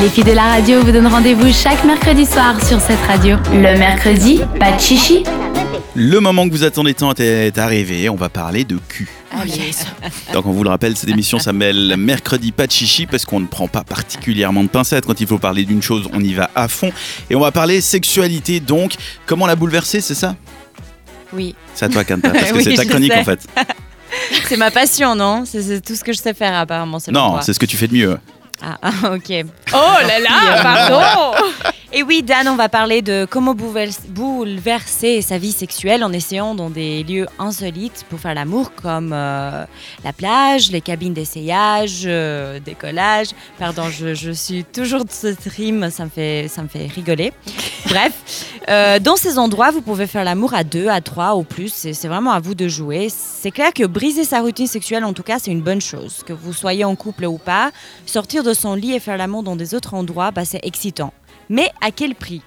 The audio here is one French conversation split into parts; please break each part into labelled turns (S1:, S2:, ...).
S1: Les filles de la radio vous donnent rendez-vous chaque mercredi soir sur cette radio. Le mercredi, pas de chichi.
S2: Le moment que vous attendez tant est arrivé, on va parler de cul. Donc on vous le rappelle, cette émission s'appelle Mercredi pas de chichi parce qu'on ne prend pas particulièrement de pincettes. Quand il faut parler d'une chose, on y va à fond. Et on va parler sexualité donc. Comment la bouleverser, c'est ça
S3: Oui,
S2: C'est à toi Kanta, parce que
S3: Oui,
S2: c'est ta
S3: je
S2: chronique
S3: sais.
S2: en fait.
S3: c'est ma passion, non C'est- C'est tout ce que je sais faire apparemment. c'est
S2: Non,
S3: pour toi.
S2: c'est ce que tu fais de mieux.
S3: Ah, ah, ok. Oh là là, pardon Et oui, Dan, on va parler de comment bouleverse- bouleverser sa vie sexuelle en essayant dans des lieux insolites pour faire l'amour, comme euh, la plage, les cabines d'essayage, euh, décollage. Pardon, je, je suis toujours de ce rime, ça me fait, ça me fait rigoler. Bref, euh, dans ces endroits, vous pouvez faire l'amour à deux, à trois ou plus. C'est c'est vraiment à vous de jouer. C'est clair que briser sa routine sexuelle, en tout cas, c'est une bonne chose. Que vous soyez en couple ou pas, sortir de son lit et faire l'amour dans des autres endroits, bah, c'est excitant. Mais à quel prix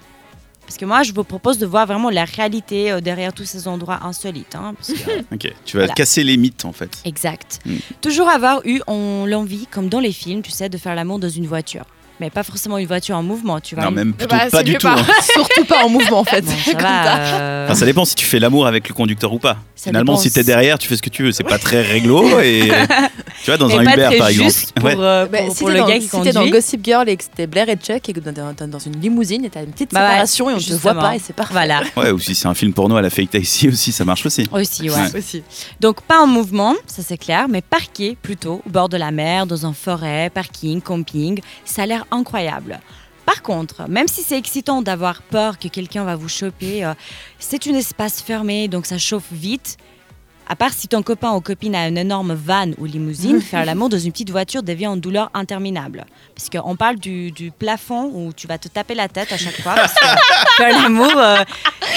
S3: Parce que moi, je vous propose de voir vraiment la réalité euh, derrière tous ces endroits insolites. hein, parce que-
S2: Ok, tu vas
S3: Voilà.
S2: casser les mythes en fait.
S3: Exact.
S2: Mm.
S3: Toujours avoir eu on l'envie, comme dans les films, tu sais, de faire l'amour dans une voiture. Mais pas forcément une voiture en mouvement, tu vois.
S2: Non,
S3: Une-
S2: même plutôt
S4: Bah,
S2: pas
S4: c'est
S2: du
S4: mieux
S2: tout.
S4: pas.
S2: hein.
S4: Surtout pas en mouvement en fait.
S3: Bon, ça
S4: Comme
S3: va,
S4: ça.
S3: euh,
S2: Enfin, ça dépend si tu fais l'amour avec le conducteur ou pas.
S3: Ça
S2: Finalement,
S3: dépend
S2: si t'es
S3: si-
S2: derrière, tu fais ce que tu veux. C'est pas très réglo. Et tu vois, dans
S3: mais
S2: un
S3: pas
S2: Uber
S3: très
S2: par exemple.
S3: juste pour,
S2: Ouais.
S3: euh,
S4: Bah,
S3: pour-
S4: si
S3: pour
S4: t'es
S3: le
S4: dans,
S3: gars qui
S4: si t'es dans
S3: conduit.
S4: Gossip Girl et que c'était Blair et Chuck et que t'es dans, t'es dans une limousine et t'as une petite
S3: Bah ouais,
S4: séparation et on te voit
S3: justement.
S4: pas et c'est parfait.
S3: Voilà,
S2: Ouais, ou si c'est un film porno à la fake taxi aussi, ça marche aussi.
S3: aussi, ouais.
S2: Ouais.
S4: Aussi.
S3: Donc pas en mouvement, ça c'est clair, mais parqué plutôt, au bord de la mer, dans un forêt, parking, camping, ça a l'air incroyable. Par contre, même si c'est excitant d'avoir peur que quelqu'un va vous choper, euh, c'est un espace fermé, donc ça chauffe vite. À part si ton copain ou copine a une énorme vanne ou limousine, faire l'amour dans une petite voiture devient une douleur interminable. Parce qu'on parle du, du plafond où tu vas te taper la tête à chaque fois. Parce que faire l'amour, euh,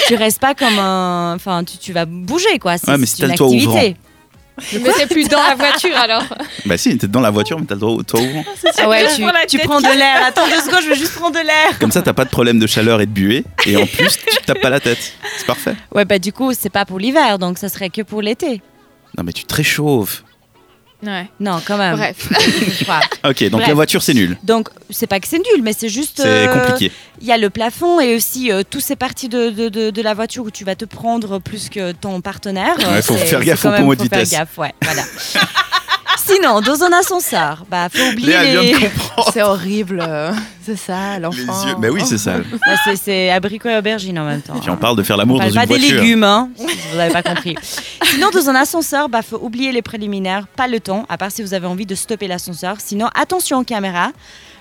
S3: tu restes pas comme un... Enfin, tu, tu vas bouger, quoi. C'est
S2: Ouais, mais
S3: c'est
S2: si t'as
S3: une
S2: le toit ouvrant.
S3: activité.
S5: Mais c'est plus dans la voiture alors.
S2: Bah si, t'es dans la voiture, mais t'as le droit au toit ouvrant.
S5: Ah ouais,
S3: Tu
S5: tu-
S3: prends de l'air. Attends deux secondes, je vais juste prendre de l'air.
S2: Comme ça, t'as pas de problème de chaleur et de buée. Et en plus, tu te tapes pas la tête. C'est parfait.
S3: Ouais, bah du coup, c'est pas pour l'hiver, donc ça serait que pour l'été.
S2: Non, mais tu te réchauffes.
S5: Ouais.
S3: Non, quand même.
S5: Bref.
S3: je crois.
S2: Ok, donc
S3: Bref.
S2: la voiture, c'est nul.
S3: Donc, c'est pas que c'est nul, mais c'est juste.
S2: C'est
S3: euh,
S2: compliqué.
S3: Il y a le plafond et aussi euh, tous ces parties de, de, de, de la voiture où tu vas te prendre plus que ton partenaire.
S2: Ouais, faut
S3: C'est-
S2: faire
S3: c'est
S2: gaffe
S3: quand
S2: au
S3: même-
S2: pommeau de
S3: faut faire
S2: vitesse.
S3: gaffe, ouais, voilà. Sinon, dans un ascenseur, bah faut oublier.
S2: Léa
S3: les-
S2: vient de comprendre.
S4: C'est horrible. euh, c'est ça,
S2: Les
S4: l'enfant.
S2: yeux. Bah oui, c'est ça.
S3: Bah, c'est- c'est abricot et aubergine en même temps.
S2: Et puis
S3: hein.
S2: on parle de faire l'amour dans
S3: parle
S2: une
S3: pas des
S2: voiture.
S3: légumes, hein, si vous n'avez pas compris. Sinon, dans un ascenseur, bah, faut oublier les préliminaires, pas le temps, à part si vous avez envie de stopper l'ascenseur. Sinon, attention aux caméras,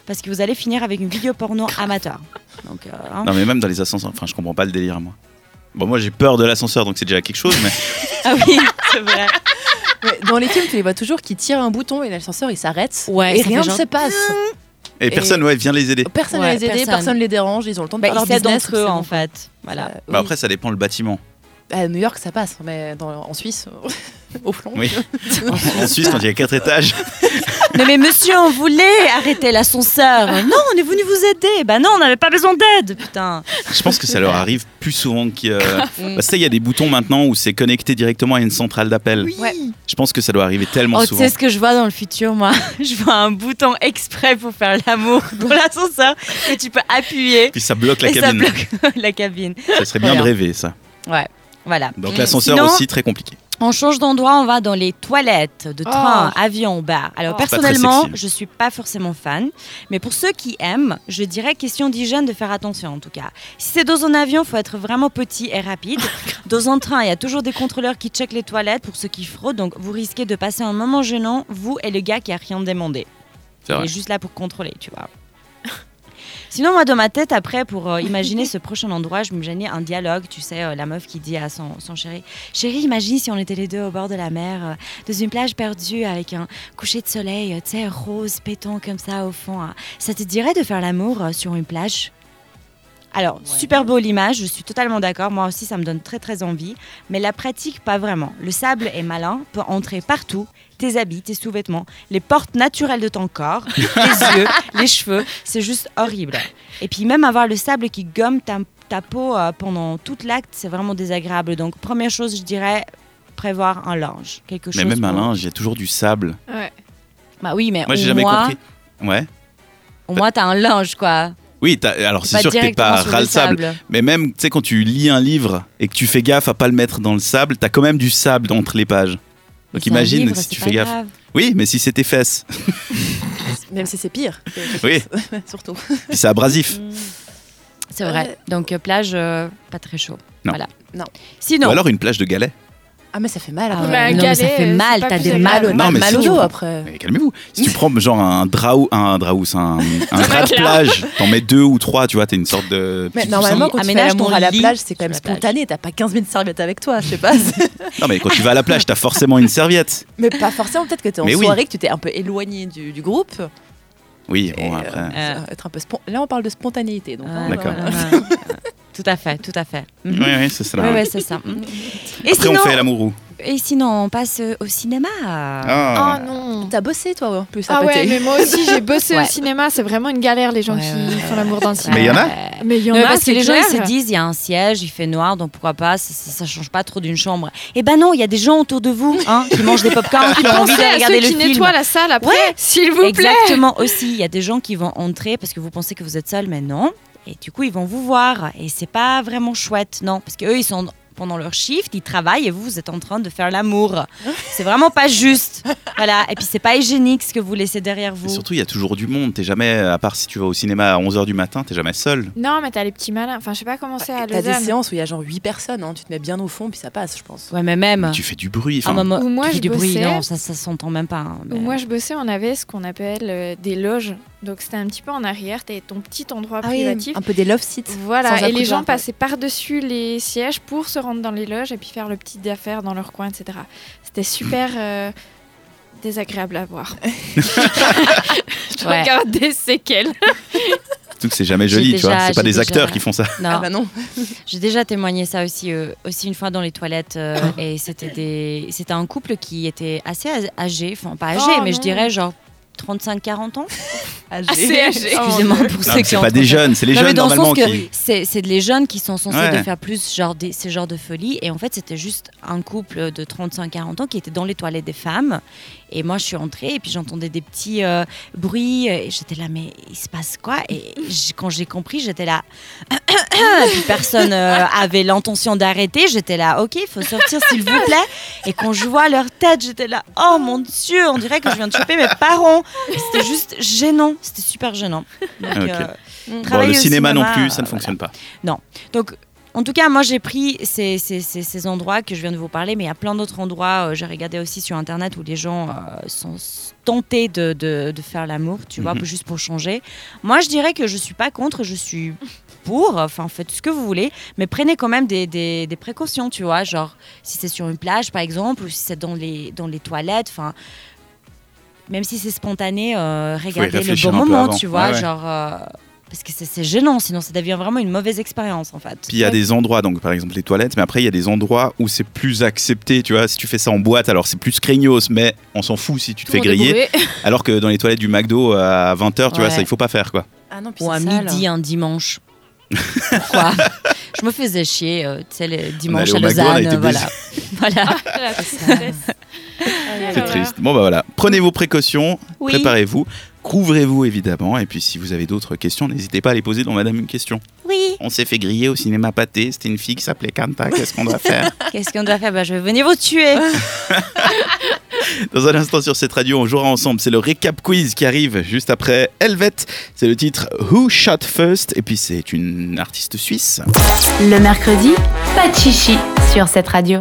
S3: parce que vous allez finir avec une vidéo porno amateur. Donc, euh, hein.
S2: Non, mais même dans les ascenseurs. Enfin, je comprends pas le délire, moi. Bon, moi, j'ai peur de l'ascenseur, donc c'est déjà quelque chose. Mais
S3: Ah oui, c'est vrai.
S4: Mais dans les films, tu les vois toujours qui tirent un bouton et l'ascenseur il s'arrête.
S3: Ouais,
S4: et
S3: ça
S4: rien
S3: fait
S4: ne
S3: genre-
S4: se passe.
S2: et personne, ouais, vient les aider.
S4: Personne ne
S3: Ouais,
S4: les aide,
S3: personne.
S4: personne. ne les dérange, ils ont le temps de
S3: Bah,
S4: faire
S3: ils
S4: leur
S3: s'aident
S4: business.
S3: entre eux,
S4: c'est
S3: en
S4: bon.
S3: fait. Voilà.
S4: Euh,
S2: Bah
S4: oui.
S2: après, ça dépend le bâtiment.
S4: À New York, ça passe, mais dans- en Suisse, au flanc.
S2: Oui.
S3: Oh,
S2: En Suisse, quand il y a quatre étages,
S3: Non, mais monsieur, on voulait arrêter l'ascenseur. Non, on est venu vous aider. Bah non, on n'avait pas besoin d'aide, putain.
S2: je pense que ça leur arrive plus souvent que. euh, Parce que ça, il y a des boutons maintenant où c'est connecté directement à une centrale d'appel.
S4: Ouais.
S2: Je pense que ça doit arriver tellement
S3: Oh, tu
S2: souvent.
S3: sais ce que je vois dans le futur, moi Je vois un bouton exprès pour faire l'amour dans l'ascenseur que tu peux appuyer.
S2: Puis ça bloque la
S3: et
S2: cabine.
S3: ça bloque la cabine.
S2: Ça serait bien de
S3: Voilà.
S2: rêver, ça.
S3: Voilà.
S2: Donc
S5: Mm.
S2: l'ascenseur
S3: Sinon-
S2: aussi, très compliqué.
S3: On change d'endroit, on va dans les toilettes de train, avion, bar. Alors
S5: Oh.
S2: pas très
S3: personnellement,
S2: sexy.
S3: je suis pas forcément fan, mais pour ceux qui aiment, je dirais question d'hygiène de faire attention en tout cas. Si c'est dans un avion, faut être vraiment petit et rapide. Dans un train, il y a toujours des contrôleurs qui checkent les toilettes pour ceux qui fraudent, donc vous risquez de passer un moment gênant, vous et le gars qui a rien demandé.
S2: C'est
S3: Il
S2: vrai.
S3: est juste là pour contrôler, tu vois. Sinon, moi, dans ma tête, après, pour euh, imaginer ce prochain endroit, je me gênais un dialogue, tu sais, euh, la meuf qui dit à son, son chéri Chéri, imagine si on était les deux au bord de la mer, euh, dans une plage perdue, avec un coucher de soleil, euh, tu sais, rose, pétant comme ça au fond. hein. Ça te dirait de faire l'amour euh, sur une plage alors, super beau l'image, je suis totalement d'accord, moi aussi ça me donne très très envie, mais la pratique pas vraiment. Le sable est malin, peut entrer partout, tes habits, tes sous-vêtements, les portes naturelles de ton corps, les yeux, les cheveux, c'est juste horrible. Et puis même avoir le sable qui gomme ta, ta peau euh, pendant tout l'acte, c'est vraiment désagréable. Donc première chose, je dirais prévoir un linge, quelque chose.
S2: Mais même un
S3: pour-
S2: linge, il y a toujours du sable.
S5: Ouais.
S3: Bah oui, mais
S2: Moi, j'ai
S3: au
S2: jamais
S3: moins,
S2: compris. Ouais.
S3: Au moins, t'as un linge, quoi.
S2: Oui, t'as- alors c'est
S3: Pas
S2: sûr que t'es
S3: directement
S2: pas
S3: sur le
S2: ralsable. Mais même, tu sais, quand tu lis un livre et que tu fais gaffe à pas le mettre dans le sable, t'as quand même du sable entre les pages. Donc
S3: C'est un
S2: imagine
S3: livre,
S2: si
S3: c'est
S2: tu
S3: pas
S2: fais gaffe.
S3: grave.
S2: Oui, mais si c'est tes fesses,
S4: Même si c'est pire.
S2: Oui.
S4: Surtout.
S2: puis c'est abrasif.
S3: C'est vrai. Donc, euh, plage, euh, pas très chaud.
S2: Non.
S3: Voilà.
S4: Non.
S3: Sinon,
S2: Ou alors une plage de galets.
S4: Ah, mais ça fait mal
S3: Ah
S4: après.
S5: Mais un
S3: ouais, non, mais ça
S5: galet,
S3: fait
S5: euh,
S3: mal,
S5: c'est pas
S3: t'as
S5: plus
S3: des mal
S5: agréable.
S3: au
S2: Non, mais
S4: mal
S2: si
S4: au
S2: tu
S4: dos
S2: prends-
S4: après.
S2: Mais calmez-vous. Si tu prends genre un draou, un draou, c'est un, un drap de
S5: matelas.
S2: plage, t'en mets deux ou trois, tu vois, t'es une sorte de.
S4: Mais
S2: petit
S4: normalement,
S2: coussin.
S4: quand tu fais
S3: Aménage ton
S4: l'amour à la
S3: lit
S4: plage, c'est quand même
S3: sur la plage.
S4: spontané. T'as pas 15 000 serviettes avec toi, je sais pas.
S2: Non, mais quand tu vas à la plage, t'as forcément une serviette.
S4: mais pas forcément. Peut-être que t'es en
S2: Mais oui.
S4: soirée, que tu t'es un peu éloigné du, du groupe.
S2: Oui,
S4: Et,
S2: bon, après.
S4: euh, ça va être un peu spon- Là, on parle de spontanéité. Donc, hein,
S2: D'accord.
S4: voilà.
S3: Ouais, ouais, ouais. tout à fait, tout à fait. Mhm.
S2: Oui, oui, c'est ça.
S3: Ouais, ouais, c'est ça. Mhm. Et
S2: Après,
S3: sinon,
S2: on fait l'amour roux.
S3: et sinon, on passe euh, au cinéma.
S5: Oh
S2: Ah.
S5: non.
S4: T'as bossé, toi, en plus, à
S5: Ah ouais,
S4: côté.
S5: mais moi aussi j'ai bossé
S3: Ouais.
S5: au cinéma, c'est vraiment une galère les gens
S3: Ouais,
S5: qui
S3: ouais,
S5: font l'amour dans
S3: Ah.
S5: le
S2: Mais
S5: cinéma.
S2: il y en a
S5: Mais il y en
S3: Non,
S5: a,
S3: parce que
S5: Euh, bah, c'est
S3: les gens ils
S5: clair.
S3: se disent, il y a un siège, il fait noir, donc pourquoi pas, ça, ça- ça change pas trop d'une chambre. Eh ben non, il y a des gens autour de vous hein, qui mangent des popcorns, qui ont envie
S5: Ah, Pensez
S3: de
S5: à
S3: regarder
S5: ceux
S3: le
S5: qui
S3: film.
S5: nettoient la salle après,
S3: Ouais.
S5: s'il vous plaît.
S3: Exactement aussi, il y a des gens qui vont entrer parce que vous pensez que vous êtes seul, mais non. Et du coup, ils vont vous voir et c'est pas vraiment chouette, non, parce que eux ils sont pendant leur shift, ils travaillent et vous vous êtes en train de faire l'amour. C'est vraiment pas juste. Voilà, et puis c'est pas hygiénique ce que vous laissez derrière
S2: Et
S3: vous.
S2: surtout, il y a toujours du monde. T'es jamais, à part si tu vas au cinéma à 11h du matin, t'es jamais seul.
S5: Non, mais t'as les petits malins. Enfin, je sais pas comment c'est à
S4: T'as des
S5: Lausanne.
S4: séances où il y a genre 8 personnes. hein, Tu te mets bien au fond, puis ça passe, je pense.
S3: Ouais, mais même.
S2: Tu fais du bruit.
S3: Ah,
S2: Enfin,
S3: moi, moi,
S5: Ou moi,
S3: tu fais
S5: je
S3: du bruit,
S5: bossais.
S3: non, ça, ça s'entend même pas. hein, mais-
S5: Où moi je bossais, on avait ce qu'on appelle euh, des loges. Donc c'était un petit peu en arrière, t'avais ton petit endroit
S3: Ah
S5: privatif.
S4: un peu des love sites. sans
S5: Voilà, et les
S4: accoudoir,
S5: gens
S4: ouais.
S5: passaient par-dessus les sièges pour se rendre dans les loges et puis faire le petit affaire dans leur coin, etc. C'était super euh, désagréable à voir. je te
S3: Ouais.
S5: regarde des séquelles.
S2: Surtout que c'est jamais
S3: J'ai
S2: joli, tu
S3: déjà-
S2: vois. C'est pas
S3: j'ai
S2: des
S3: déjà-
S2: acteurs qui font ça.
S3: Non,
S4: Ah bah non.
S3: j'ai déjà témoigné ça aussi, euh, aussi une fois dans les toilettes. euh,
S2: Ah.
S3: et c'était des, c'était un couple qui était assez a- âgé, enfin pas âgé,
S5: Oh,
S3: mais je
S5: non.
S3: dirais genre 35-40 ans.
S5: Assez âgé. Oh,
S3: Excusez-moi pour
S2: Non,
S3: ceux
S2: mais
S3: qui
S2: C'est
S3: ont
S2: pas des jeunes, c'est les
S3: Non, mais
S2: jeunes
S3: dans le
S2: normalement
S3: sens que
S2: qui.
S3: c'est, c'est les jeunes qui sont censés
S2: Ouais.
S3: de faire plus genre des, ces genres de folies. Et en fait, c'était juste un couple de 35-40 ans qui était dans les toilettes des femmes. Et moi, je suis entrée et puis j'entendais des petits euh, bruits. Et j'étais là, mais il se passe quoi Et j- quand j'ai compris, j'étais là. puis personne euh, avait l'intention d'arrêter. J'étais là, ok, il faut sortir s'il vous plaît. Et quand je vois leur tête, j'étais là, oh mon Dieu, on dirait que je viens de choper mes parents. C'était juste gênant. C'était super gênant. Donc,
S2: Ah, ok.
S3: euh,
S2: Bon,
S3: travailler
S2: le
S3: au
S2: cinéma, non plus, ça
S3: euh,
S2: ne fonctionne pas.
S3: donc, en tout cas, moi, j'ai pris ces, ces- ces- ces endroits que je viens de vous parler, mais il y a plein d'autres endroits. euh, j'ai regardé aussi sur Internet où les gens euh, sont s- tentés de, de- de faire l'amour, tu vois,
S2: Mhm.
S3: juste pour changer. Moi, je dirais que je suis pas contre, je suis pour. Enfin, faites ce que vous voulez, mais prenez quand même des, des- des précautions, tu vois. Genre, si c'est sur une plage, par exemple, ou si c'est dans les, dans les toilettes, enfin... Même si c'est spontané, euh, regardez le
S2: réfléchir
S3: bon
S2: un peu
S3: moment,
S2: avant.
S3: tu vois,
S2: Ouais, ouais.
S3: genre... euh, parce que c'est c'est gênant, sinon ça devient vraiment une mauvaise expérience, en fait.
S2: Puis il y a des endroits, donc par exemple les toilettes, mais après il y a des endroits où c'est plus accepté, tu vois. Si tu fais ça en boîte, alors c'est plus craignos, mais on s'en fout si tu te fais griller. Alors que dans les toilettes du McDo à 20h, tu vois,
S3: Ouais.
S2: ça il faut pas faire quoi.
S4: Ah non, puis
S3: Ou
S4: c'est
S3: à
S4: ça, là.
S3: midi un dimanche. Pourquoi Je me faisais chier, euh, tu sais, le dimanche
S2: allait au
S3: à
S2: McDo, on a
S3: Lausanne,
S2: été
S3: euh, voilà. voilà.
S5: Ah
S2: C'est triste. Bon bah voilà, prenez vos précautions,
S3: Oui.
S2: préparez-vous, couvrez-vous évidemment, et puis si vous avez d'autres questions, n'hésitez pas à les poser dans Madame une question.
S3: Oui.
S2: On s'est fait griller au cinéma pâté, c'était une fille qui s'appelait Kanta, qu'est-ce qu'on doit faire
S3: Qu'est-ce qu'on doit faire Bah, Je vais venir vous tuer.
S2: Dans un instant sur cette radio, on jouera ensemble. C'est le récap quiz qui arrive juste après Helvet. C'est le titre Who Shot First. Et puis c'est une artiste suisse.
S1: Le mercredi, pas de chichi sur cette radio.